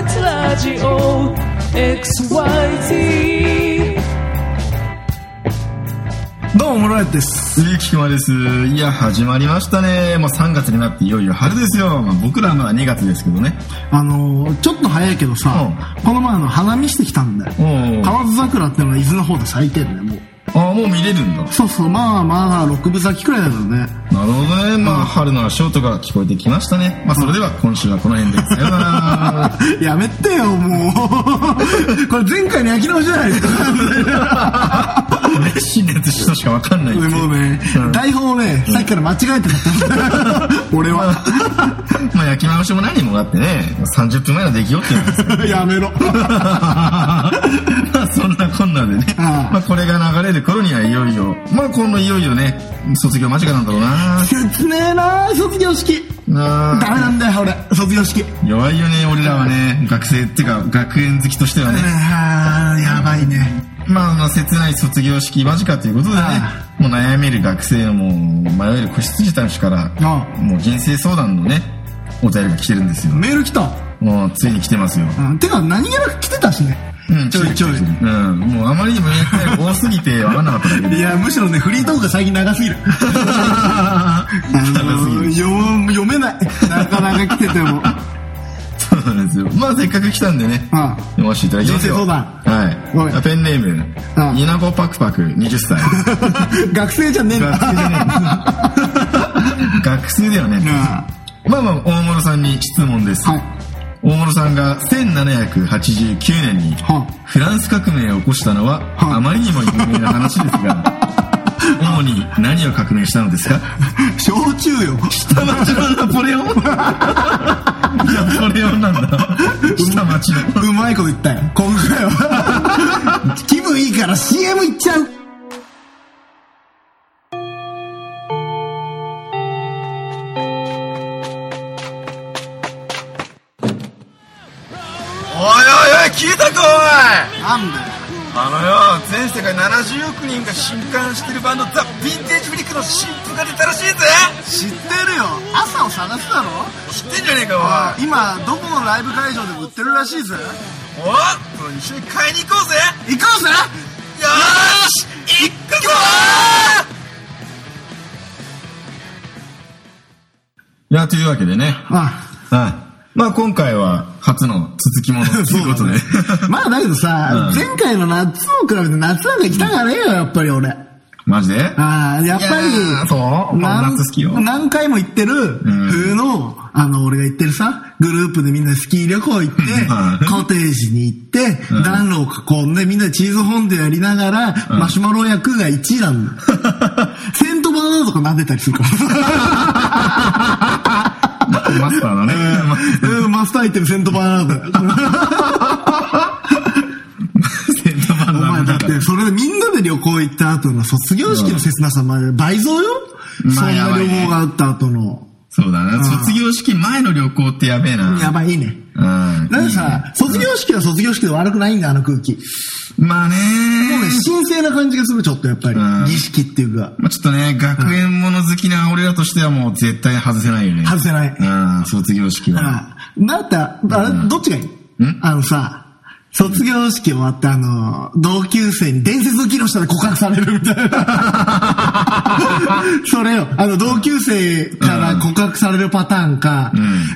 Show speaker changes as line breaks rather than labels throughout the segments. ジオ XYZ
どうも、モロエッです。
ゆきくまです。いや、始まりましたね。もう3月になっていよいよ春ですよ。まあ、僕らはまだ2月ですけどね。
あのー、ちょっと早いけどさ、この前あの花見してきたんだよ。
うんあ
河津桜ってのは伊豆の方で咲いてんだよ、もう。
あ、もう見れるんだ。
そうそう、まあまあ、6分咲きくらいだけどね。
なるほどね。まあ、春の足音が聞こえてきましたね。まあ、それでは今週はこの辺で。さよなら。
やめてよ、もう。 これ前回の焼き直しじゃないです か。
新熱したしかわかんないって
で
いう
もうね、
ん
台本をね、さっきから間違えてた。俺 は。
まあ、焼き直しも何もだってね、30分前の出来よっていうんですよ
やめろ。
まあそんなこんなでね、
ああ
まあ、これが流れる頃にはいよいよ、まあ、今度いよいよね、卒業間近なんだろうな。
切ねえな卒業式。
なあ
ダメなんだよ、俺。卒業式。
弱いよね俺らはね学生っていうか学園好きとしてはね
あーやばいね。
まあまあ切ない卒業式間近ということでね
あ
もう悩める学生のもう迷える子羊たちから
ああ
もう人生相談のねお便りが来てるんですよ
メール来た。
もうついに来てますよ
うん、てか何気なく来てたしね。
うん
ちょいちょい。
うんもうあまりにもね多すぎ て分かんなかったんだけ
い
ど
や、むしろね、フリートークが最近長 すぎる。あのー読読めない。なかなか来てて も。
そうなんですよまあせっかく来たんでね
あ
読ませていただきますよ
人生相談
は
おい
いペンネーム
ああ
ニナゴパクパク20歳
学生じゃねえん
学生じゃね
だ。
え学生ではねえんだまあまあ大物さんに質問です、
はい。
大物さんが1789年に
はあ
フランス革命を起こしたの
は
は
あ
あまりにも有名な話です が主に何を革命したのですか
焼酎よ。
下町のナポ レオンナポレオンなんだ下町の
うまいこと言ったよ。今回 は。気分いいから CM いっちゃう。
おいおいおい聞いたかおい
なんだよ。
あのよ全世界70億人が震撼してるバンドザ・ヴィンテージ・フリックの新譜が出たらしいぜ
知ってるよ。朝を探すだろ
知ってんじゃねえか
今、どこのライブ会場でも売ってるらしいぜ。
おいおっ一緒に買いに行こうぜ
行こうぜ
よーし行くぞいやというわけでね
あ
はいまあ今回は初の続きものということで
まあだけどさ、
うん
前回の夏を比べて夏なんか行きたがねえよ、やっぱり俺。
マジで
ああ、やっぱ
いやー
り、
そう
なん
夏好きよ
何回も行ってる、風の、あの、俺が行ってるさ、グループでみんなスキー旅行行って
う、ん
コテージに行って、
ん
暖炉を囲んでみんなでチーズフォンデュやりながら、マシュマロ焼くが1位なんだ。セントバナナとか撫でたりするから。
マスターだね、マス
うん、マスターアイテムセントバナナだよ。
ター
お前だって、それでみんなで旅行行った後の卒業式の切なさまで倍増よ、
うん
そん
まあや
な
ば
旅
いね
行があった後の。
そうだな卒業式前の旅行ってやべえな
やばい、いいね。
うん
だってさ、卒業式は卒業式で悪くないんだよ、あの空気。
まあね
でもね、神聖な感じがする、ちょっとやっぱり
うん。
儀式っていうか。
まあちょっとね学園もの好きな俺らとしてはもう絶対外せないよね
外せない。
うん卒業式は
うんだって、あれ、どっちがいいあのさ、卒業式終わって、あの、同級生に伝説の議論したら告白されるみた いな。それよ。あの、同級生から告白されるパターンか、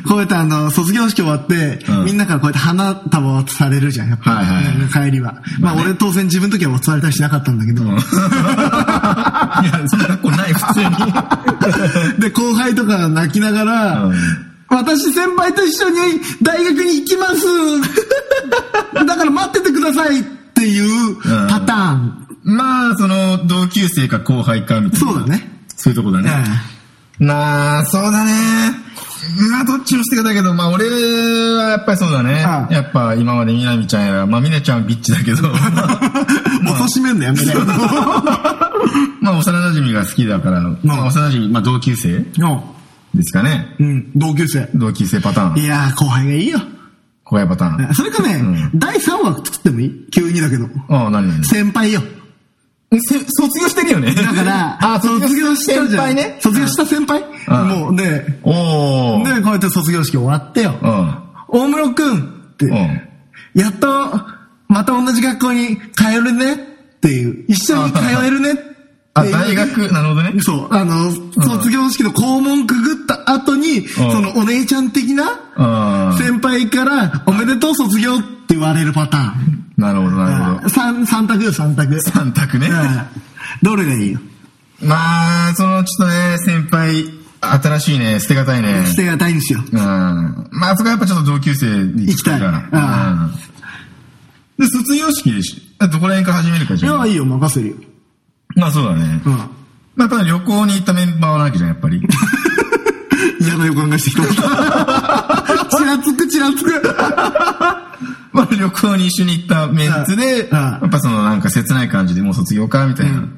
う
こうやってあの、卒業式終わって、
うん
みんなからこうやって花束を渡されるじゃん、やっぱり。
はいはい
帰りは。まあ、俺当然自分の時は渡されたりしなかったんだけ ど。
いやそんな学校ない普通 に
で、後輩とか泣きながら、
うん
私先輩と一緒に大学に行きます だから待っててくださいっていうパターン。
まあ、その、同級生か後輩かみたいな。
そうだね。
そういうとこだね。まあ、そうだね。まあ、どっちもしてかだけど、まあ、俺はやっぱりそうだね。
ああ
やっぱ、今までみなみちゃんや、まあ、みなちゃんはビッチだけ ど、
もうしめんのやめなよ。
まあ、幼馴染が好きだから、まあ、幼馴染、まあ、同級生ですかね。
うん、同級生。
同級生パターン
い、やー、後輩がいいよ。
後輩パターン。
それかね、第3話作ってもいい急にだけど。
ああ、何何
先輩よ。
せ卒業してるよね。
だから、
あ、卒業して
先
るじゃ
輩
ん。
ね。卒業した先輩
うん
もうね、
おー。
で、こうやって卒業式終わってよ
う。ん。
大室くんって
う、ん。
やっと、また同じ学校に通えるねっていう、一緒に通えるねっていう。
あ、大学、なるほどね。
そう、あの、卒業式の校門くぐった後に、そのお姉ちゃん的な
あ
先輩から、おめでとう卒業って言われるパターン。
あ、なるほど、なるほど。
三、三択よ、三択。
三択ね。
うんどれがいいよ。
まあ、その、ちょっとね、先輩、新しいね、捨てがたいね。
捨てがたいんですよ。
うん。まあ、そこはやっぱちょっと上級生に
行きたいあ
うん。で、卒業式でし、どこら辺から始めるか
い
じゃ
や、
あ。
いいよ、任せるよ。
まあ、そうだね。
うん。
まあ、ただ旅行に行ったメンバーはなわけじゃん、やっぱ り。
嫌な予感がしてきた。 ちらつく、ちらつく。
まあ、旅行に一緒に行ったメンツで、
うん
やっぱそのなんか切ない感じでもう卒業か、みたいな。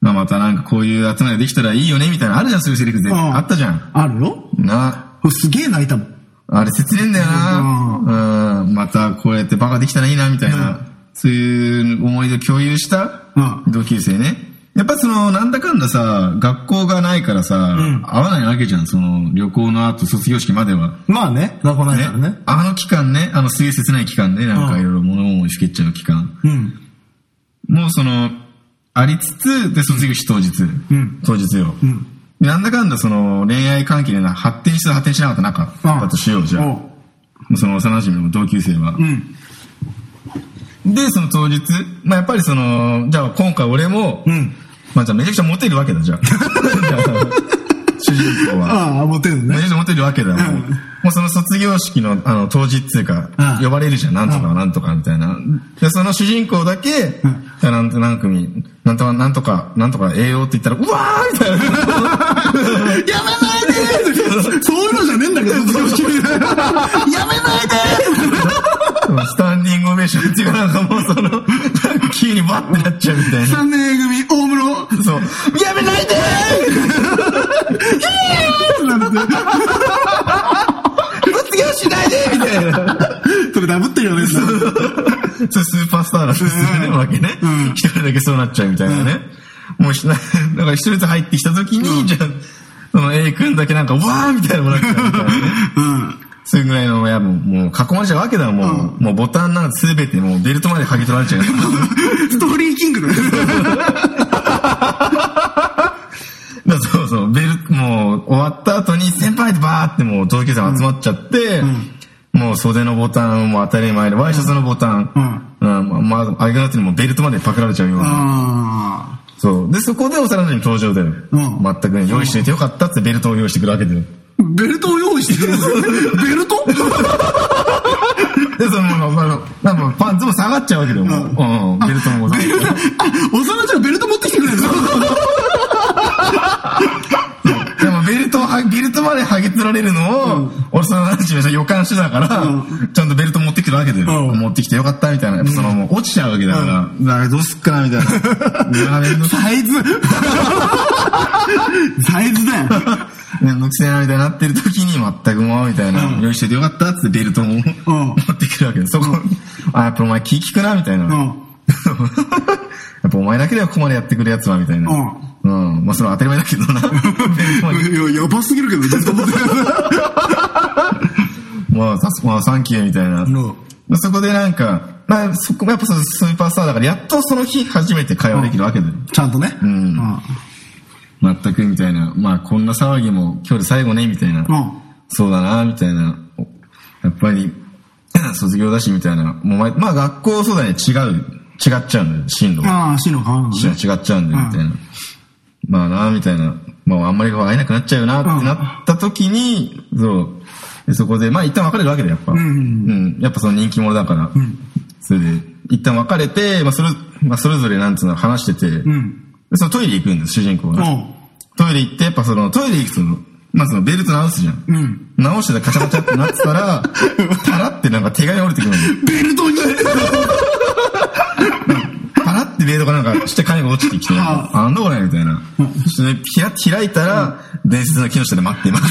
まあ、またなんかこういう集まりができたらいいよね、みたいな。あるじゃん、そういうセリフで。
うん
あったじゃん。
あるよ。
な。
これすげえ泣いたもん。
あれ切ねえんだよな。うん。またこうやってバカできたらいいな、みたいな。
うん
そういう思い出を共有した
うん
同級生ね。やっぱその、なんだかんださ、学校がないからさ、
ん
会わないわけじゃん、その、旅行の後、卒業式までは。
まあね、泣かないからね。
あの期間ね、あの、すげえ切ない期間ね、なん
う
か
ん
いろいろ物をしけっちゃう期間。
うん。
もうその、ありつつ、で、卒業式当日。
ん
当日よ。
うん。
でなんだかんだその、恋愛関係が発展しそう発展しなかった中だとしようじゃん。
お
もうその幼馴染の同級生は
う。ん。
で、その当日、まあやっぱりその、じゃあ今回俺も、
うん。
まあじゃあめちゃくちゃモテるわけ だ、じゃあ。じゃあ主人公は。
ああ、モテる
めち
ね。
ゃくちゃモテるわけだ、もう。
うん
もうその卒業式のあの当日っていうか、
うん
呼ばれるじゃん、なんとかはなんとかみたいな。で、その主人公だけ、
ん
なんと何組、なんとか、なんとか、なんとか栄養って言ったら、うわーみたい な。
やめないで そういうのじゃねえんだけど、卒業式やめないで
スタンディングオベーションっていうかなんかもうその、なんか急にバッてなっちゃうみた いな。
三年 A 組、大室
そう。やめないで卒業しないでみたいな。
それダブってるよね。
そう、スーパースターだってするわけね
うん。
一、人だけそうなっちゃうみたいなね。もうしな、なんか一人ずつ入ってきた時に、じゃあ、その A 君だけなんか、わーみたいなもらっちゃうみたいなね。
うん。
それぐらいの、いや、もう、もう囲まれちゃうわけだもん。もうボタンなんかすべて、もうベルトまで剥ぎ取られちゃう。
ストーリーキングだね。
だからそうそう、ベル、もう終わった後に先輩でバーってもう同級生が集まっちゃって、もう袖のボタンも当たり前で、ワイシャツのボタン、うん、まあ、あげなってもうベルトまでパクられちゃうような。
あ
そう。で、そこで幼馴染登場だよ。
ん
全くね、用意しといてよかったってベルトを用意してくるわけだよ。
あ。ベルトを用意してる。ベルト
で、その、まあ、まあまあまあパンツも下がっちゃうわけだよ。もううん、ベルトも下がっちゃう。
あ、おさなちゃんベルト持ってきてくれるの
でもベルトをは、ベルトまで剥ぎ取られるのを、俺その話は予感してたから、ちゃんとベルト持ってきてるわけだよ。
うん
持ってきてよかったみたいな。やっぱその、もう落ちちゃうわけだから、だからどうすっかなみたいな。いや めんどく
サイズ。 サイズだよ。
めんどくせえなみたいになってる時に、全くもう、みたいな、用意しててよかったっつってベルトも、持ってくるわけだよ。そこ、あ、やっぱお前気利くなみたいな。
う
や
ん。
っぱお前だけではここまでやってくるやつは、みたいな。うん。まあそれは当たり前だけどな。ベ ルトまで
いや、やばすぎるけど、ベルト 持ってくれる。
まあ、さすまあ、サンキューみたいな。まあそこでなんか、まあ、そこもやっぱそのスーパースターだから、やっとその日初めて会話できるわけだよ。
ちゃんとね。
う。
うんん。
全くみたいな。まあ、こんな騒ぎも今日で最後ね、みたいな。
うん。
そうだな、みたいな。おやっぱり、 卒業だし、みたいな。もうまあ、まあ、学校そうだね、違う。違っちゃうんだよ、進路が。
ああ、死の川なの
違
ね。
っちゃうんだよ、みたいな。まあな、みたいな。まあ、あんまり会えなくなっちゃうよな、ってなった時に、そう。でそこで、まあ、一旦別れるわけだよ、やっぱ。
んうん
うんやっぱその人気者だから。それで、一旦別れて、まあ、それ、まあ、それぞれなんつうの話してて、
うん。
でそのトイレ行くんです、主人公
う
が。
ん。
トイレ行って、やっぱその、トイレ行くと、まあ、そのベルト直すじゃん。
うん。
直してたらカチャカチャってなってた ら、タラってなんか手紙降りてくるの。
ベルトに
パラってレードがなんかして金が落ちてきて、
は
あ、なんだこれみたいな。そしてね、ピラッ開いたら、伝説の木の下で待っています。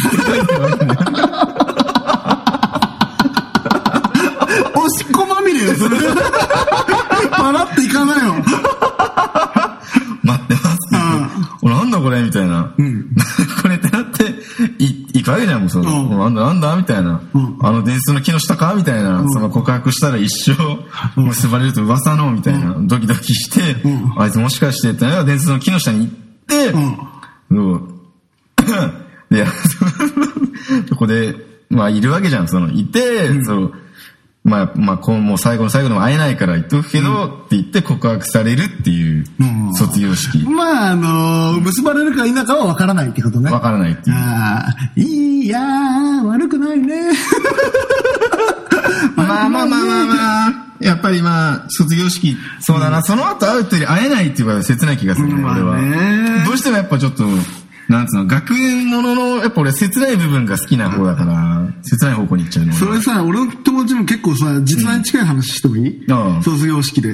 おしっこまみれよ、それ。 笑っていかないよ。
待ってますって言って。俺なんだこれみたいな。これってなって、い、行くわけじゃん、もうその、
うん
なんだなんだみたいな、
うん
あの伝説の木の下かみたいな、その告白したら一生結ばれると噂の、みたいな、ドキドキして、
うん
あいつもしかしてってな伝説の木の下に行って、
うん。
うん。 で、 そこで、まあ、いるわけじゃん、その、いて、その、まあ、まあ、こう、もう最後の最後でも会えないから言っとくけど、って言って告白されるっていう
う、ん
卒業式。
まあ、あのー結ばれるか否かは分からないってことね。
わからないっていう。
ああ、いいやー、悪くないね。
まあまあまあまあまあ、やっぱりまあ、卒業式、そうだな、その後会うというより会えないっていうのは切ない気がするね、
うん
俺
まあね
は。どうしてもやっぱちょっと、なんつうの、学園ものの、やっぱ俺切ない部分が好きな方だから、切ない方向に行っちゃうね。
そ
俺は
れさ、俺の友達も結構さ、実話に近い話してもいい、
うん
卒業式で。
あ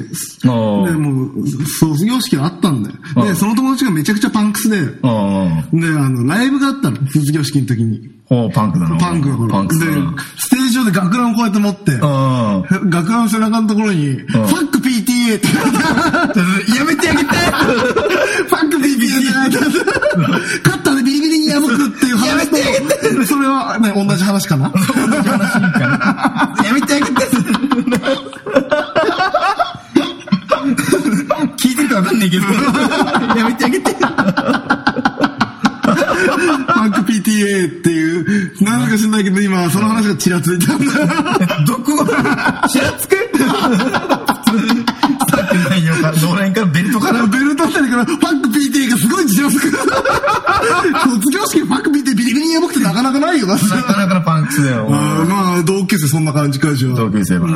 で、
あ
もう、卒業式があったんだよ。
う
で、
ん
その友達がめちゃくちゃパンクスで、で、
ああ。
あの、ライブがあったの、卒業式の時に。
ほう、パンクだな。
パンクだから。
パンク
で
だな。、
ステージ上で学ランをこうやって持って、
ああ。
学ランの背中のところに、ファック PTA って書いてある
やめてあげて
ファック PTA って書いてある勝ったらビリビリに破くっていう話と、それは、ね、同じ話 かな
やめてあげて聞いてるかわかんないけど。やめてあげて
ファック PTA っていう、なんか知んないけど今、その話がちらついたんだ。
どこちらつくさっきの内容から、どの辺からベルトか
あ
ら
のベルトあたりから、ファック PTA がすごい自慢する。卒業式にファック PTA ビリビリに破くってなかなかないよな。
なかなかのパンクスだよ。
うんまあ、同級生そんな感じかじゃあ
同級生は。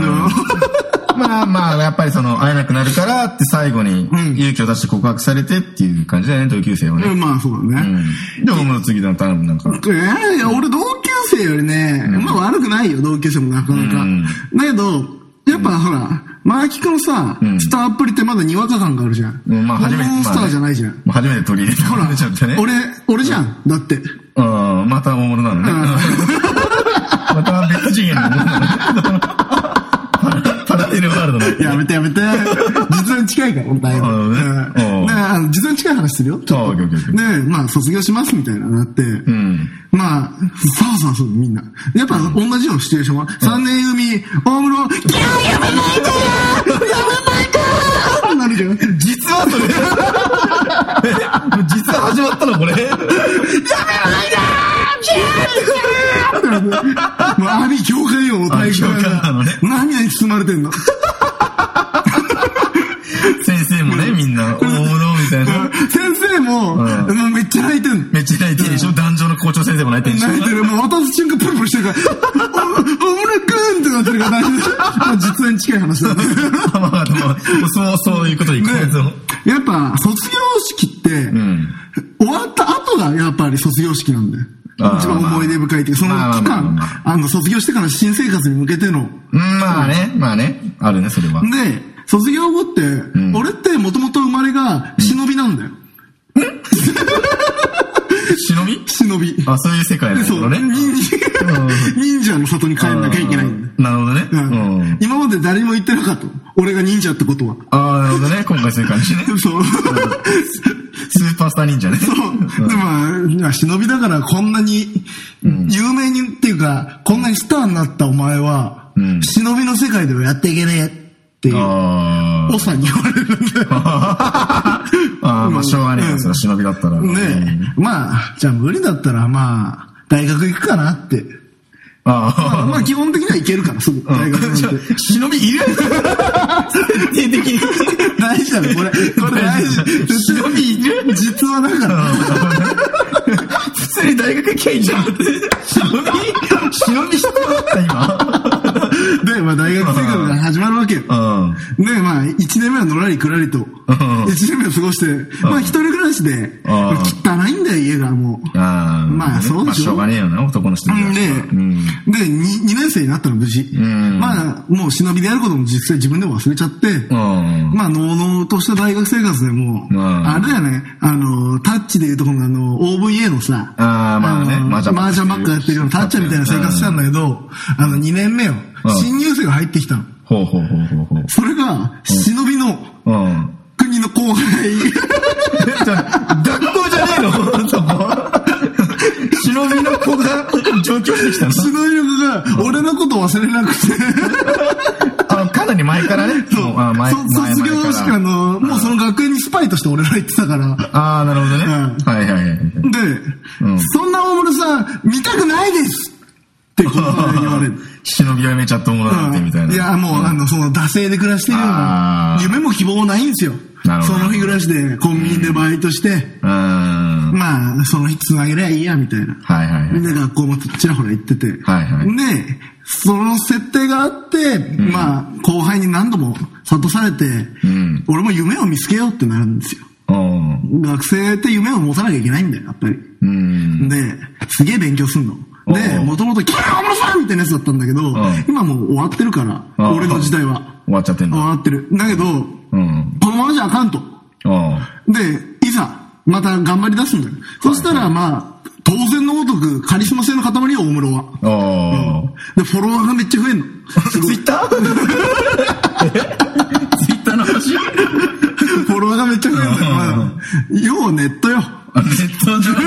まあまあ、やっぱりその、会えなくなるからって最後に勇気を出して告白されてっていう感じだよね、同級生はね。
うんまあ、そうだね。
うん。で、僕も次の頼む、なんか。
えーいや俺同級生よりね、まあ悪くないよ、同級生もなかなか。
うん
だけど、やっぱほら、マーキ君のさ、
ん
スターアプリってまだにわか感があるじゃん。
うんまあ初めて
モンスターじゃないじゃん。
初めて取り入れて
ほ
も
ら、
らっちゃったね。
俺、俺じゃん、だって。
うん、また大物なのね。 また別次元のものなのね。パラデルワールド の。
やめてやめ て。実は近いから、俺だいぶ。
なるほどね
うん
うん
だからあの実は近い話するよ。ちょっ
あオッケーオッケーオッケ
とで、まあ卒業しますみたいなのがあって。
うん。
まあ、さわさわする、みんな。やっぱ同じようなシチュエーションは、3年組、大室、ギャーやめないからやめないからなるじゃん。
実はそれえ実は始まったのこれ
もう、兄教会よ、大会
兄教会なのね
涙に包まれてん の。
先生もね、みんな、大物みたいな。
先生も、
う
もうめっちゃ泣いてんの。
めっちゃ泣いてるでしょ壇上の校長先生も泣いてるでしょ
泣いてる。もう渡す瞬間プルプルしてるから、お、おむくんってなってるから大丈夫。まあ実演に近い話だね。
まあまあまあそう、そういうこといくね。
やっぱ、卒業式って、
うん。
終わった後がやっぱり卒業式なんだよ。
あー
一番思い出深いっていうか、その期
まあまあまあ
間、あの、卒業してから新生活に向けての。
うんまあね、まあね。あるね、それは。
で、卒業後って、
ん
俺ってもともと生まれが忍びなんだよ。
忍び
忍び。
あ、そういう世界
で、
の
そう、
ね。
忍者、忍者の里に帰んなきゃいけないんだよ。
なるほどね。う
うん
ん。
今まで誰も言ってなかった。俺が忍者ってことは。
ああ、なるほどね。今回そういう感じね。
そう。
スーパースター忍者ね。
そう。で、まあ、忍びだからこんなに、有名にっていうか、こんなにスターになったお前は、
うん
忍びの世界ではやっていけねえっていう、
あー
おさに言われるんだよ。
あー、まあ、しょうがねえよ、それ忍びだったら。うん
ねえ。まあ、じゃあ無理だったら、まあ、大学行くかなって。まあ、
あ
まあ基本的には行けるから、すぐ。
あ。
大学
じゃ
なん
あ
て。
忍びいる徹底的に。
大事だね、これ。これ大事。
忍びいる
実はだから、
普通に大学行きゃいいじゃん。忍び忍び必要だった、
で、まあ大学生活が始まるわけよ。
今。うん。
ねまあ、一年目はのらりくらりと、一年目を過ごして、まあ一人暮らしで、まあ汚いんだよ、家がもう。
ああ。
まあそうでしょ
しょうがねえよな、男の人には
で、
うん。
で、2, 年生になったの、無事。
ん
まあ、もう忍びでやることも実際自分でも忘れちゃって、
うん。
まあ、のうのうとした大学生活でもう、
うん
あれだよね、あの、タッチでいうとこのあの、OVA のさ、
あーまあね
の
麻雀
麻雀ばっかやってるようなタッチャーみたいな生活してたんだけど、あの、2年目よ、
うん
新入生が入ってきたの。
ほうほうほうほうほう。
それが、忍びの
うん。
国の後輩、
学校じゃねえのそこ。忍びの子が調教してきたの
篠井力が、俺のこと忘れなくて、
あのかなり前からね。
そ
もあ前
う、そ
前
卒
々
業
ら
式あの、もうその学園にスパイとして俺ら行ってたから。
ああ、なるほどね。
う
はいはいはい。
で、そんな大室さん、見たくないですってこう言われる。
忍びはめちゃっておもろなってみたいな。
いや、もう、あの、その、惰性で暮らしてるような
あ、ー
夢も希望もないんですよ。
なるほ
そ
ど
の日暮らしで、コンビニでバイトして、
うーん。
まあ、その日繋げりゃいいや、みたいな。
はいはいはい
みん。な学校もちらほら行ってて。
はいはい
で、その設定があって、まあ、後輩に何度も諭されて、
ん
俺も夢を見つけようってなるんですよ。
おー
学生って夢を持たなきゃいけないんだよ、やっぱり。
うーん。
で、すげえ勉強すんの。で、
おう
もともと、キャームさんみたいなやつだったんだけど、今もう終わってるから、
あー
俺の時代は。
終わっちゃってん
終
だ。
わってる。だけど、
うん。
このままじゃあかんと。
おー
で、いざ、また頑張り出すんだよ。そしたら、まあ、当然のごとく、カリスマ性の塊よ、大室は。
おー
で、フォロワーがめっちゃ増えんの。
ツイッターツイッターの話
フォロワーがめっちゃ増えんのよ
うん
まあ。要はネットよ。
ネット上で。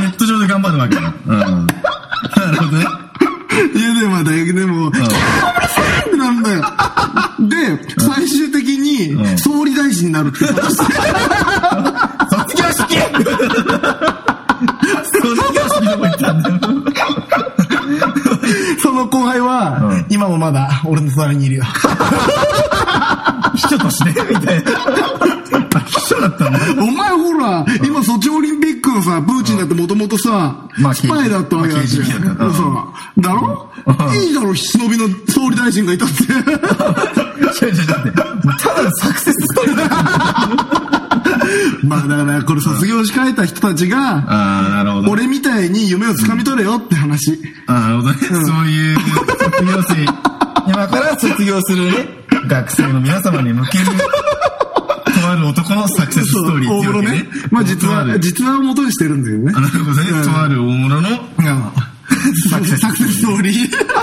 ネット上で頑張るわけだ。 うん。なるほどね。
家で、まあ大学でも、キャーってなんだよ。で、最終的
う
に、
ん
総理大臣になるってことして
卒業式卒業式どこ行ったんだよ。
その後輩
う
は
ん、
今もまだ俺の隣にいるよ。
秘書としてみたいな。あ秘書だったんだ。
お前ほら、今ソチオリンピックのさ、プーチンだってもともとさ
ま、あ
スパイだったわけだし。
まあ KGB だからうん
そうだろ
うん
いいだろ、忍びの総理大臣がいた って。
違う違う違う。ただのサクセスストーリーだった。
まあだから、これ卒業しかえた人たちが、
ああ、なるほど。
俺みたいに夢をつかみ取れよって話。
ああ、なるほどね。そういう、卒業生、今から卒業するね、学生の皆様に向ける、とある男のサクセスストーリー
大
っていう
物
わけ
ね。まあ実
とあ
は、
る
実話を元にしてるんだよ
あ
ね。
なるほどね。
うん
とある大物の、
サクセスストーリー。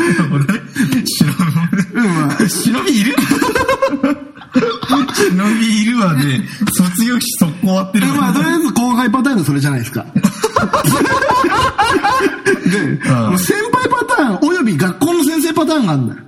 うんまあ
忍び、忍びいる忍びいるわで、卒業式速攻終わってる
まあ、とりあえず後輩パターンがそれじゃないですか。で、もう先輩パターン、および学校の先生パターンがあるんだよ。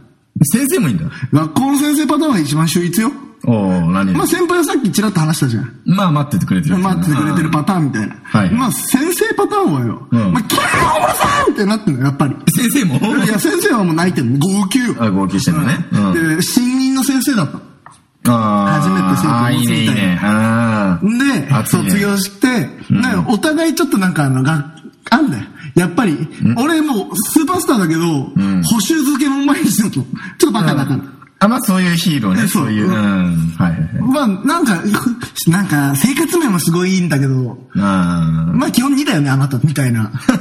先生もいいんだ。
学校の先生パターンが一番秀逸よ。
おお何
まあ、先輩はさっきちらっと話したじゃん。
まあ、待っててくれてる。
待っててくれてるパターンみたいな。
はい
まあ、先生パターンはよ、
うん
まあ、キャーおばさんってなってんのよ、やっぱり。
先生も
いや、先生はもう泣いてんの。号泣よ。
あ、号泣してんのね。うん。
で、新任の先生だったの。
あ
初めて生徒
あ
を
ーい
持
い
つ
ね、い
み
い
たいな
ね。あー
で、
熱いね
卒業して、ねお互いちょっとなんかあの、が、あんだよ。やっぱり、俺もうスーパースターだけど、補修漬けの前にしたと。ちょっとバカだから。
あ、まあそういうヒーローね、
そう
そういう。うん。はいはいはい。
まあ、なんか、 なんか、生活面もすごいいいんだけど、
あ
まあ基本2だよね、あなた、みたいな。 そういう、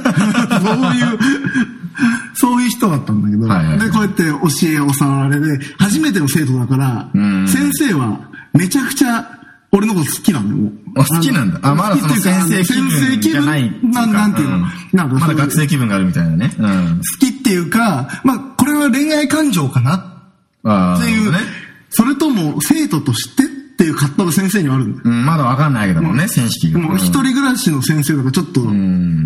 そういう人だったんだけど、
はいはいはい
で、こうやって教えを触られて、初めての生徒だから、
ん
先生はめちゃくちゃ俺のこと好きなんだよ、もう。
あ好きなんだ。あ、まだその先生気分じゃないっていうか。
ななんていうの、
ん
なんか
まだ
そういう
学生気分があるみたいなね。うん。
好きっていうか、まあ、これは恋愛感情かな
ああ。
っていう、
ね。
それとも生徒としてっていう葛藤が先生にはあるんだよ。
うん、まだわかんないけどもね、選手式が。
もう一人暮らしの先生とかちょっと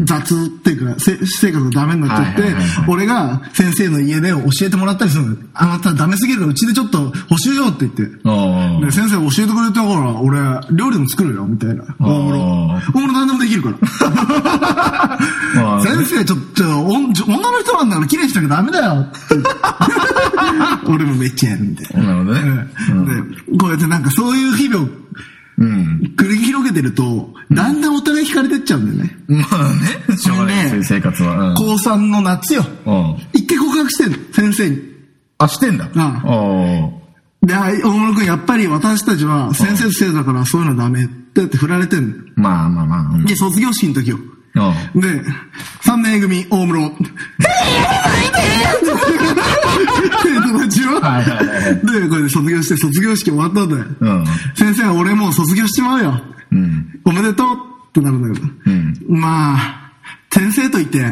雑っていうか、せ私生活がダメになっちゃっ
はい
て
はいはいは、い
俺が先生の家で教えてもらったりするの。あなたダメすぎるからうちでちょっと補習よって言って。
うん。お
で、
ー
先生教えてくれたから、俺、料理も作るよ、みたいな。大物。
あ
大物何でもできるから。
あー
先生、ちょっと、おん女の人なんだから綺麗しなきゃダメだよっ て言って俺もめっちゃやるんで。
なるほどね。
うんで、こうやってなんかそういう日々を
うん。
繰り広げてると、だんだんお互い惹かれてっちゃうんだよね。
まあね、しょうがない
ね
そういう生活は。うん
高3の夏よ。
うん。
一回告白してんの、先生に。
あ、してんだ。
うん
おー
で、あ大室君、やっぱり私たちは先生のせいだからそういうのダメって言って振られてんの。
まあまあまあ。うん
で、卒業式の時よ。
おう
で、3年組、大室。 生徒たちは
はいはいはいはい
で、これで卒業して、卒業式終わったんだよ。
うん。
先生、俺もう卒業しちまうよ。
うん。
おめでとうってなるんだけど。
うん。
まあ、先生といて、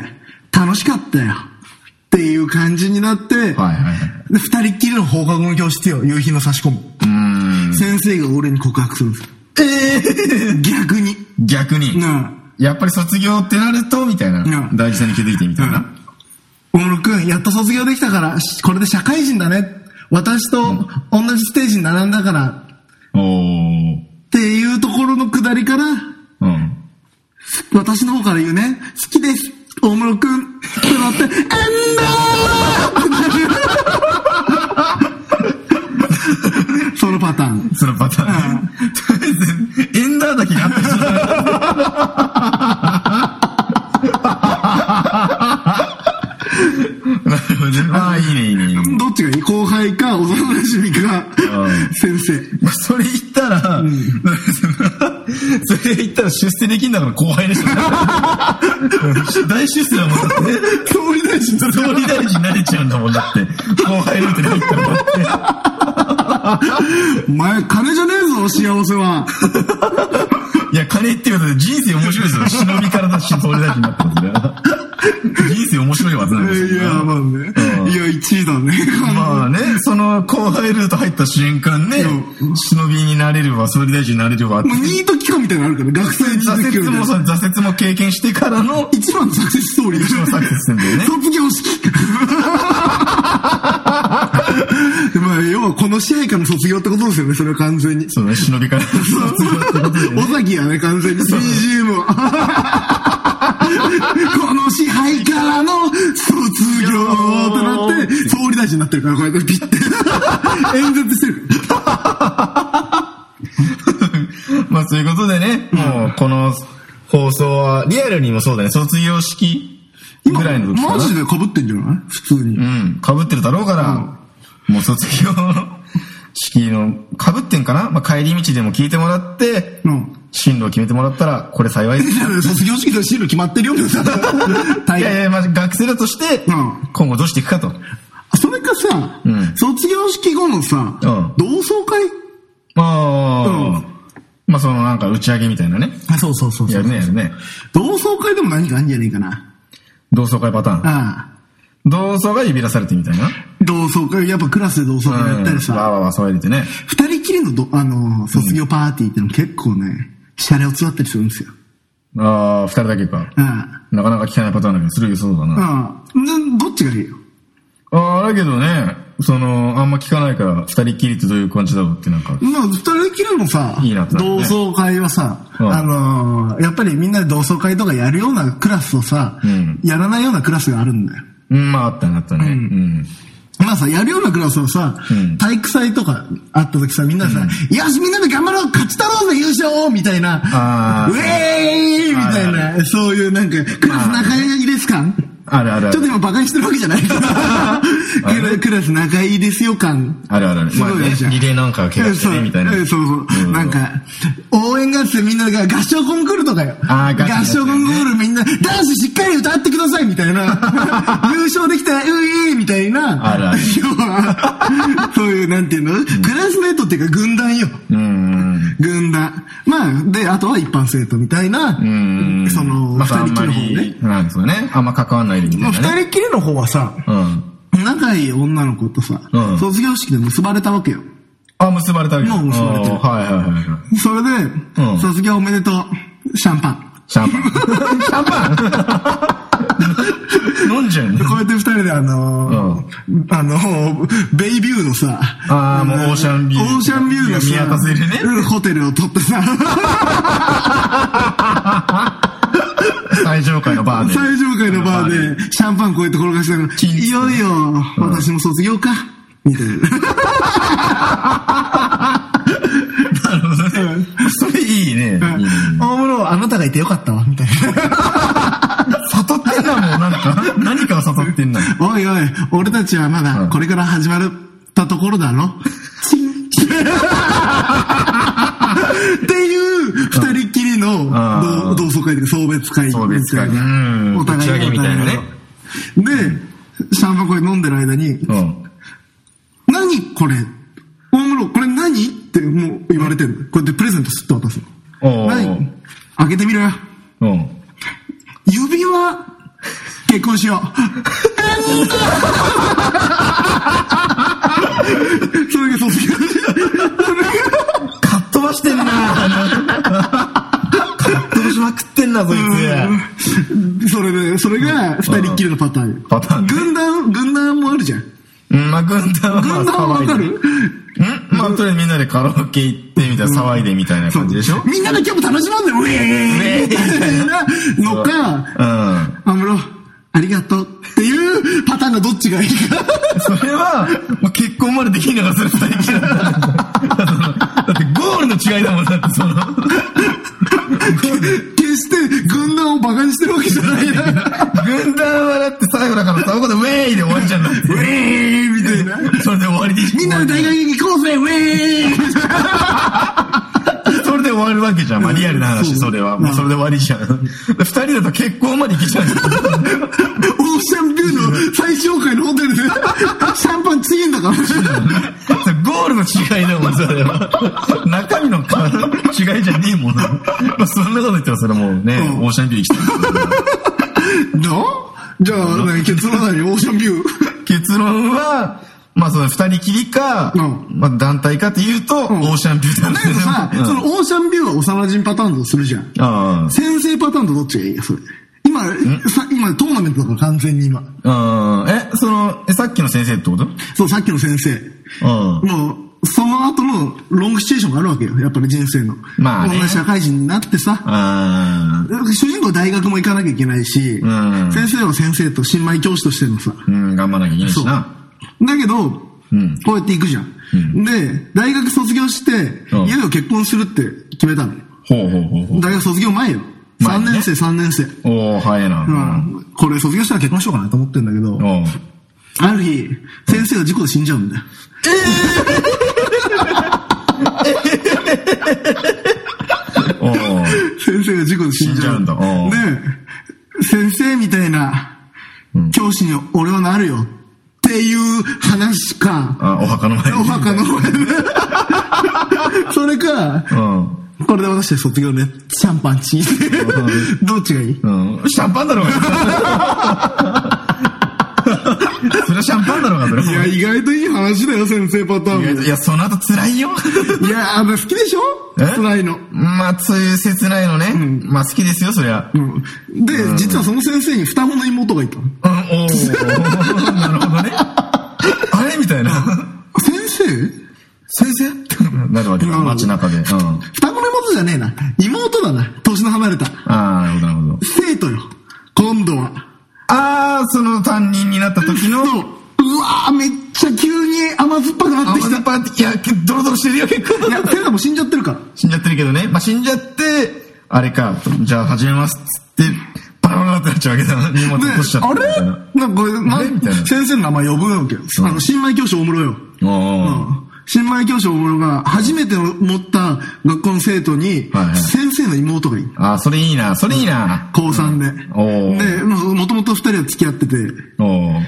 楽しかったよ。っていう感じになって、
はいはいはい。
で、二人っきりの放課後の教室よ、夕日の差し込む。
うーん。
先生が俺に告白するんですよ。
ええ
逆に。
逆に、
うん
やっぱり卒業ってなると、みたいな、
うん
大事さに気づいてみたいな。
大室くん、やっと卒業できたから、しこれで社会人だね。私と同じステージに並んだから、
おー。
っていうところの下りから、
うん。
私の方から言うね、好きです、大室くん、ってなって、エンドー そのパターン。
そのパターン。とりあえず、エンダーだけやってし まう。なるほどね。ああ、いいね、いいね、いいね。
どっちがいい後輩か、幼馴染か
う、
先生。
まあそれ言ったら、 それ言ったら出世できんだから後輩でしょ。 大出世だもんだって。
総理大臣と
総理大臣になれちゃうんだもんだって。後輩ルートに入ったらだって。
お前、金じゃねえぞ、幸せは。
いや、金っていうことで人生面白いですよ。忍びからだし、総理大臣になったんですね。人生面白いはずなんです
い
よ。
や、まあね。
うん
いや、1位だね。
まあね、その後輩ルート入った瞬間ね、忍びになれるわ、総理大臣になれるわって
もうニート期間みたいなのあるから、学生ニート
挫
期
折
間み
も、
たいな。
その挫折も経験してからの、
一番のサクセスストーリーでし
一
ょ
番サクセスなんだよね
卒業式。 まあ、要はこの試合からの卒業ってことですよね、それは完全に。
その忍びからの卒業ってことでね
尾崎やね、完全に。BGM を。この支配からの卒業ってなって、総理大臣になってるから、こうやってピッ て。演説してる。
まあ、そういうことでね、もう、この放送は、リアルにもそうだね、卒業式ぐらいの時かな
マジで被ってんじゃない普通に。
うん、被ってるだろうから、もう卒業式の、被ってんかなまあ、帰り道でも聞いてもらって、
うん。
進路を決めてもらったら、これ幸いです。
卒業式の進路決まってるよ、皆さん。 大
いやい
概。
や、まあ、学生だとして
うん、
今後どうしていくかと。
それかさ、
うん
卒業式後のさ、
うん
同窓会
まあ、
うん
まあ、そのなんか打ち上げみたいなね。
あ、そうそうそう
やるね、やるね。
同窓会でも何かあるんじゃねえかな。
同窓会パターン。
ああ。
同窓が呼び出されてみたいな。
同窓会、やっぱクラスで同窓会やったり
うんわー
さ、
わーわー騒いでてね。
二、人きりのど、あの、卒業パーティーってのも結構ね、シャレを伝ってたりするんですよ。
ああ、二人だけか。
あ
なかなか聞かないパターンだけど、するよ、そうだ
あ。
な。
ああ。などっちがいいよ。
ああ、だけどね、その、あんま聞かないから、二人っきりってどういう感じだろうってなんか。
まあ、二人きりのさ、
いいなってなる
同
ね
窓会はさ、
うん
あのーやっぱりみんなで同窓会とかやるようなクラスとさ、
うん
やらないようなクラスがあるんだよ。
うん、まああったね、あったね。うん。
まあさ、やるようなクラスはさ、
うん
体育祭とかあった時さ、みんなでさ、よし、みんなで頑張ろう勝ち取ろうぜ優勝みたいな、
あー
ウェーイみたい
はい
な、そういうなんか、クラス仲良いです感
あるあるあ
ちょっと
る。
今バカにしてるわけ じゃないけどクラクラス仲良いですよ感。
あるあるある。
す
まあ
ごい
ね
ねじゃあ
リレーなんかは怪我して
え
ね、
え
みたいな。
そうええそうそう、
うん
なんか、応援合戦みんなが合唱コンクールとかよ。
あー
合
合
唱
唱
コ
コ
ン
ン
ク
ク
ー
ー
ルみんな、男子しっかり歌ってくださいみたいな。 優勝できたら、ういーみたいな。
あるある
要は、そういう、なんていうの、クラスメートっていうか軍団よ。
うん。
軍団。まあ、で、あとは一般生徒みたいな、
うん。
その、
ま
二
ああ
人
ん
き
ま
りの方ね
り。、なんですよね。あんま関わんないでみ
ま
た
あ
いなね。
二人きりの方はさ、
うん。
仲いい女の子とさ、
うん
卒業式で結ばれたわけよ。
あ、結ばれたり
もう結ばれてる
はいはいはいはい。
それで、
うん
卒業おめでとう、シャンパン。
シャ ンパン。シャンパン飲んじゃうね
で。こうやって二人であのーあのーベイビューのさ、
あー
の
もうオーシャンビュー
オーシャンビューのさ
見渡せるね
うんホテルを取ってさ、
最上階のバーで。
最上階のバーで、シャンパンこうやって転がしながら、
キンキ
いよいよ、私も卒業か、みたいな。
なるほどね。それいいね。いいね
大室、あなたがいてよかったわ、みたいな。
悟ってんな、もうなん か。何かを悟ってんな。
おいおい、俺たちはまだ、これから始まったところだろ。チンチンっていう、二人っきりの
あ
同
ー
同窓会というか、送別会。
送別会うん
お互い
打ち上げみたいなね
お互いので、シャンパンこれ飲んでる間に、
うん。
何これ大室、これ何ってもう言われてるこうやってプレゼントすっと渡すの。
お
何
ー。
開けてみろよ。
うん。
指輪、結婚しよう。 それが卒業
かっ飛ばしてんな。かっ飛な、そいつ。
それで、それが二人っきりのパターン。
パターンね
軍団、軍団もあるじゃん。
うん、まあ、軍団はまあ
軍団はわかる
騒いでんまあ、とりあえずみんなでカラオケ行って、みたいな、騒いでみたいな感じでしょ
みんなで今日も楽しもんで、ウェーイみたいなのか、
うん。
安室、ありがとうっていうパターンのどっちがいいか。
それは、もう結婚までできんの がそれ最近だったんだよだってゴールの違いだもん、だってその。
決して軍団を馬鹿にしてるわけじゃないな。
軍団はだって最後だから、そこでウェーイで終わっ ちゃうんだって。
ウェーイみたいな。
それで終わりでしょ
みんなで大学に行こうぜ、ウェーイ
それで終わるわけじゃん。まあ、リアルな
う
話、
ん
それは。もうそれで終わりじゃん。二人だと結婚までいけちゃうんだよ
オーシャンビューの最上階のホテルで、シャンパンちぎんだから。
それ ゴールの違いだもん、それ は。中身のか違いじゃねえもん。まあ、そんなこと言ったら、それもうね、
うん
オーシャンビュー行きたい。
どうじゃあ、何結論は何オーシャンビュー。
結論は、まあ、その二人きりか、
うん
まあ、団体かというと、
ん
オーシャンビューだ
だけどさ、そ のオーシャンビューは幼馴染パターンとするじゃん。
あ
先生パターンとどっちがいいよ、それ。今、さ今トーナメントだから完全に今。
あ、うん。え、その、え、さっきの先生ってこと
そう、さっきの先生。
うん。
もう、その後のロングシチュエーションがあるわけよ。やっぱり人生の。
まあね
同じ社会人になってさ。
あ
主人公は大学も行かなきゃいけないし、
ん
先生は先生と新米教師としてのさ。
ーうん、頑張らなきゃいけないしな。
だけど、
うん
こうやって行くじゃん。で、大学卒業して、
うん
いよいよ結婚するって決めたの。
ほうほうほうほう。
大学卒業前よ。
前
3
ね
年生、3年生。
おー、早いな。
うん。これ卒業したら結婚しようかなと思ってんだけど、
おう
ある日、先生が事故で死んじゃうんだよ。
おう
先生が事故で死んじゃうんだ。
死んじゃうんだ
で、先生みたいな教師に俺はなるよっていう話か、
あ、お墓の前に。
お墓の前 で。それか、
うん。
これで私たち卒業ね、シャンパンチ。 どっちがいい
うん。シャンパンだろうが。 それはシャンパンだろうが、それ
いや、
は。
意外といい話だよ、先生パターン
いや、いやその後辛いよ。
も。いや、あの、好きでしょ
え
辛いの。
まあ、そういう切ないのね。
ん
まあ、好きですよ、そりゃ。
うん。で、実はその先生に双子の妹がいたの。
うん、おーなるほどね。あれみたいな。
先生
先生なるわけだ、
うん
街中で。うん。
双子の妹じゃねえな。妹だな。年の離れた。
ああ、なるほど、なるほど。
生徒よ。今度は。
ああ、その担任になった時の、
そう。うわぁ、めっちゃ急に甘酸っぱくなってきた。
甘酸っぱいいや、ドロドロしてるよ、結構
い。や、生徒も死んじゃってるから。
死んじゃってるけどね。まあ、死んじゃって、あれか、じゃあ始めますっつって、バラバラってなっちゃうわけだ。荷物
で、
落としちゃって。
あれなんかこれ、な
あれみたいな
先生の名前呼ぶわけよ。
ん
あの、新米教師大室よ。
おー。
新米教師大室が、初めて持った学校の生徒に
はいは、い
先生の妹がいる。
あー、それいいな、それいいな。
高3で。
おー
で、もうもともと二人は付き合ってて。で、
おー。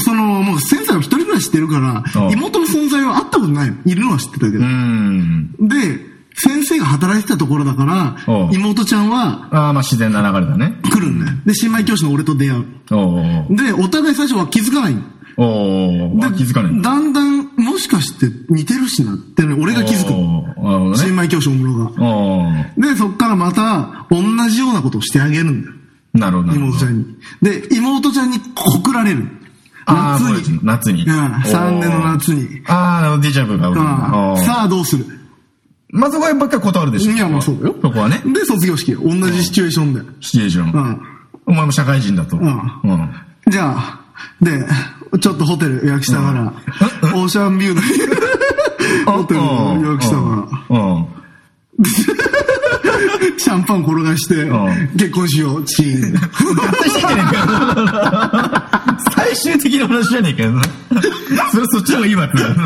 その、もう先生は一人ぐらい知ってるから
う、ん
妹の存在は会ったことないの。いるのは知ってたけど
うー。ん。
で、先生が働いてたところだから
う、ん
妹ちゃんは
ああ、まあ、自然な流れだね。
来るんだよ。で、新米教師の俺と出会う。
おー。
で、お互い最初は気づかないの。
おー。あ
で
気づかない。
だんだん、もしかして似てるしなってね、俺が気づくの。
おー。なるほど
新
ね。
米教師おもろが。
おー。
で、そっからまた、同じようなことをしてあげるんだよ。
なるほど、なるほ
妹ちゃ。
ど
んに。で、妹ちゃんに告られる。
あー
夏に。
夏に。
うん、3年の夏に。
ああ、なるほど、ディジャブが。
うん
おー
さあどうする
まあ、そこはばっかり断るでしょ。
いや、まあそうだよ。
そこはね、
で、卒業式よ。同じシチュエーションで。
シチュエーショ
う
ン。
ん。
お前も社会人だと。うん
じゃあ、で、ちょっとホテル予約したから、オーシャンビュ ーのホテルを予約したから、
うん。うん
シャンパン転がして
ん、
結婚しよう、チー ン。
最終的ねえかよ最終的な話じゃねえかよ。 それはそっちの方がいいわ。
いや、だけ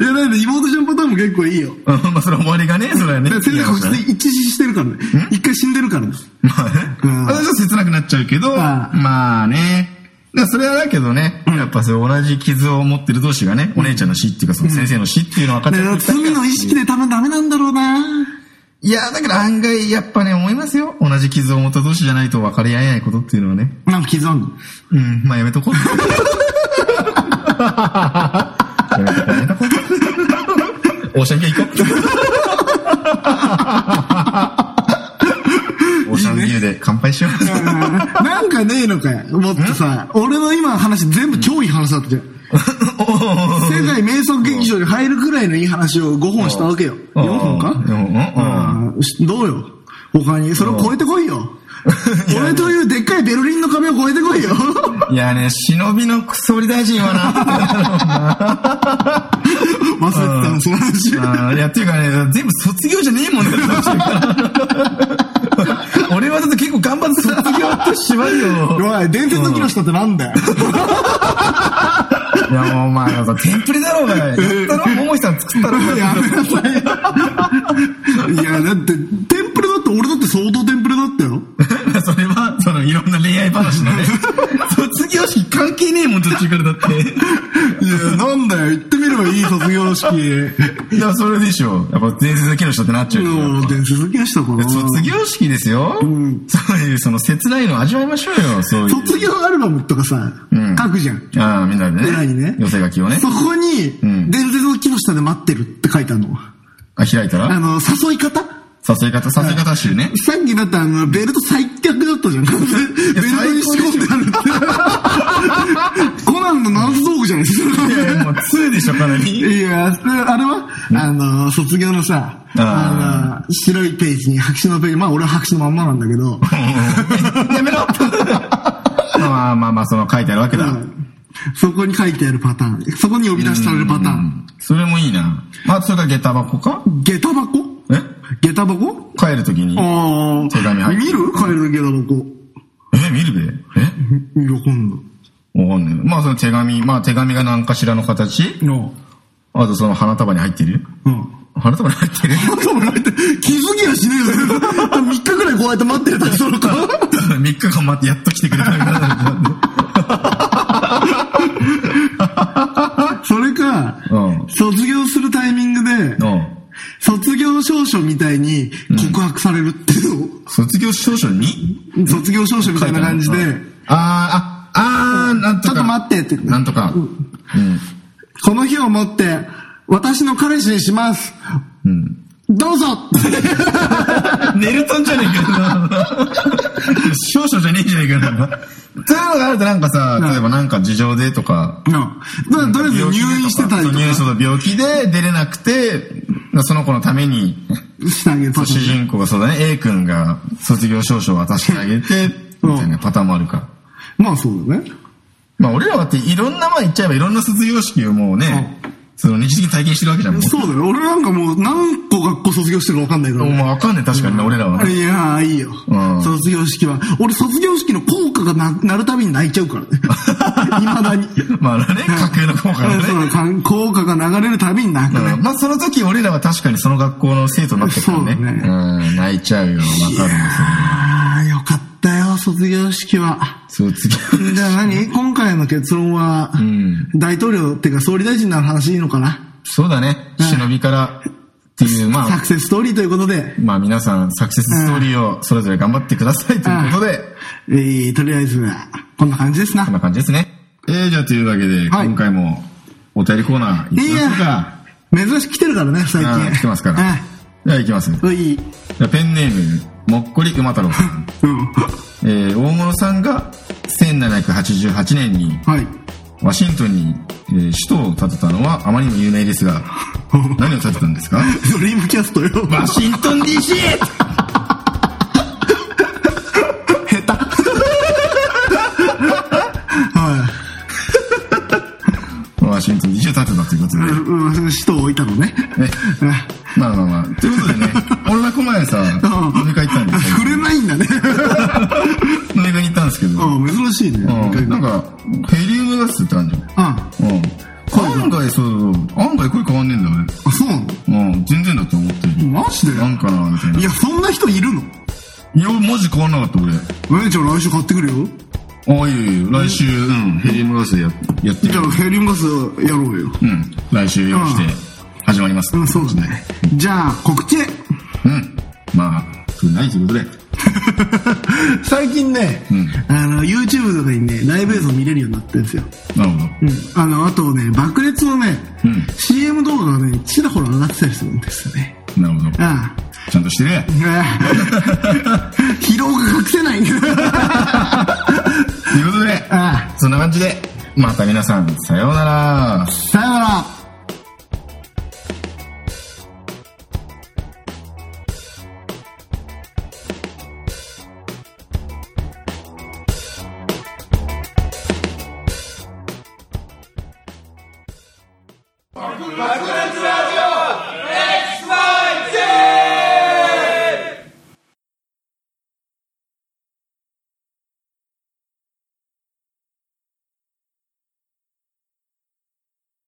ど妹ちゃんパターンも結構いいよ。
うんまあ、それは終わりがね、それはね
で。先生が確実に一致してるからね。一回死んでるからね。
まあね。
うん
私は切なくなっちゃうけど、
ん
まあね。だからそれはだけどね、やっぱそう同じ傷を持ってる同士がね、お姉ちゃんの死っていうか、その先生の死っていうのは分かっ
だ
ち
か
ゃ
ら
ってる
罪の意識で多分ダメなんだろうない
や、だから案外やっぱね、思いますよ。同じ傷を持った同士じゃないと分かり合えないことっていうのはね。
なんか傷あんの
うん、まあやめとこう。やめとこう、やめとこ う。オーシャンビュー行こう。オーシャンビューで
かねえのかよ。もっとさ、俺の今の話全部超いい話だったじゃん。世界名作劇場に入るくらいのいい話を5本したわけよ。
うん
4本か
うんうん
うんしどうよ。他に、それを超えてこいよ。俺と いうでっかいベルリンの壁を超えてこいよ。
いやね、忍びの総理大臣は
忘れてたの、その話。
な、あーいや、っていうかね、全部卒業じゃねえもんね、俺はだって結構頑張って卒業と縛りを。
おい、伝説の木の下ってなんだよ。
いや、もうお前、なんかテンプレだろうが、やったろ、桃井さん作ったろ、
やめなさいよ。いや、だって、テンプレだって、俺だって相当テンプレだったよ。
それは、その、いろんな恋愛話のね、卒業式関係ねえもん、途中からだって。
いや、なんだよ、言ってみればいい卒業式。
いや、それでしょ。やっぱ伝説の木の人ってなっちゃうでしょ
もう、伝説の木の下かな。
卒業式ですよ。
ん
そういう、その、切ないの味わいましょうよ、そういう。
卒業アルバムとかさ、
ん
書くじゃん。
ああ、みんなでね。
裏にね
寄せ書きをね
そ。こに、
ん
伝説の木の下で待ってるって書いてあるの。
あ、開いた
あ
ら
の、誘い方
誘い方、誘い方集ね。
さっきだってあの、ベルト最悪だったじゃん。ベルトに仕込んであるって。コナンの謎道具じゃないですか。
いやいやもう2でしょ、かな り。
いや、それあれは、あの、卒業のさ、
あ
あの、白いページに白紙のページ、まあ俺は白紙のまんまなんだけ ど、
やめろ まあまあまあ、その書いてあるわけだ。
そこに書いてあるパターン、そこに呼び出されるパターン。
それもいいな。まあ、それから下駄箱か
下駄箱
え
下駄箱
帰るときに。
あ
手紙
あ、
入って
見
る
る帰る下駄箱。
え、見るべえ
いや、今度。
わかんない。まあ、その手紙、まあ、手紙が何かしらの形
の、
あとその花束に入ってる
うん。
花束に入ってる
あともらえて、気づきはしねえよ。3日くらいこうやって待ってるだけその子。
?3 日間待ってやっと来てくれたみたい な。
それか、
うん。
卒業するタイミングで、
うん。
卒業証書みたいに告白されるっていうのを。
卒業証書に
卒業証書みたいな感じで、
あー、あ、あー、なん
ち
と
ょ
か。
っと待ってって。
なんとか。う
うん
ん。
この日をもって、私の彼氏にします。
うん。
どうぞ
ネルトンじゃねえかよ少々じゃねえじゃねえかよそういうのがあるとなんかさ、例えばなんか事情でとか。
なだからとりあえず入院してたりと
入院して
か
た病気で出れなくて、その子のために、
してあげるパタ
主
ーン
人公がそうだね、A 君が卒業証書を渡してあげて、
うん
みたいなパターンもあるから。
まあそうだね。
まあ俺らはっていろんな、まあ言っちゃえばいろんな卒業式をもうね、その日常的に体験してるわけじゃん、もう。
そうだよ。俺なんかもう何個学校卒業してるか分かんないから。
お前わかんねえ、確かにね、俺らはね。
いやー、いいよ、
うん
卒業式は。俺、卒業式の効果がななるたびに泣いちゃうから ね。いまだに。
まああれね、架空の効果だ
そう
ね。
か効果が流れるたびに泣くね。
うんまあその時俺らは確かにその学校の生徒になってるからね。
そうだね
うん、泣いちゃうよ、わかるんですよ。
あー、よかったよ、卒業式は。
そう、次。
じゃあ何今回の結論は、
ん
大統領っていうか総理大臣になる話いいのかな
そうだね、忍びからっていう、ま
サ
あ
ク、セスストーリーということで、
まあ皆さんサクセスストーリーをそれぞれ頑張ってくださいということで、
えー、とりあえず、こんな感じです
こん
な。
な感じですね。えー、じゃあというわけで、
はい
今回もお便りコーナー行きましょうか。
珍しく来てるからね、最
あ
近。
ー来てますから。じゃあ行きますね。
うん。いい。
じゃあペンネーム、もっこり馬太郎さん。
うん。
えー大物さんが1788年に
はい。
ワシントンに、えー首都を建てたのはあまりにも有名です が、何を建てたんですか
ドリームキャストよ。
ワシントン DC!
はい。
ワシントン DC を建てたということで。ね
うん、うん使徒を置いたのね。
まあまあまあ。ということでね、俺はこの前さ、
ん
飲み会行ったんです
触れないんだね。
けど、飲み会に行ったんですけど、
うん、珍しいね。
うん、なんか、ヘリウムガスってあるじゃん。
あ、
うん。案外そう、案外これ変わんねえんだね。
あ、そうな
うん、全然だと思ってる。
のマジで
なんかな、みたいな。
い
い
や、そんな人いるの
や、マジ変わんなかった俺。
え、じゃあ来週買ってくるよ。
ああ、いいよいいよ来週、うん、ヘリウムガスでややってみ
じゃ
る
あ、ヘリウムガスやろうよ。
うん、来週用意して
うん
始まります。
うん、そうだね。じゃあ、告 知
うん。まあ、それないということで。
最近ね、あの、YouTube とかにね、ライブ映像見れるようになってるんですよ。
なるほど。
うん。あの、あとね、爆裂のね、
うん
CM 動画がね、ちらほら上がってたりするんですよね。
なるほど。
ああ。
ち ゃんとしてる。
ね疲労が隠せないね
ということで、
ああ
そんな感じで、また皆さん、さようなら。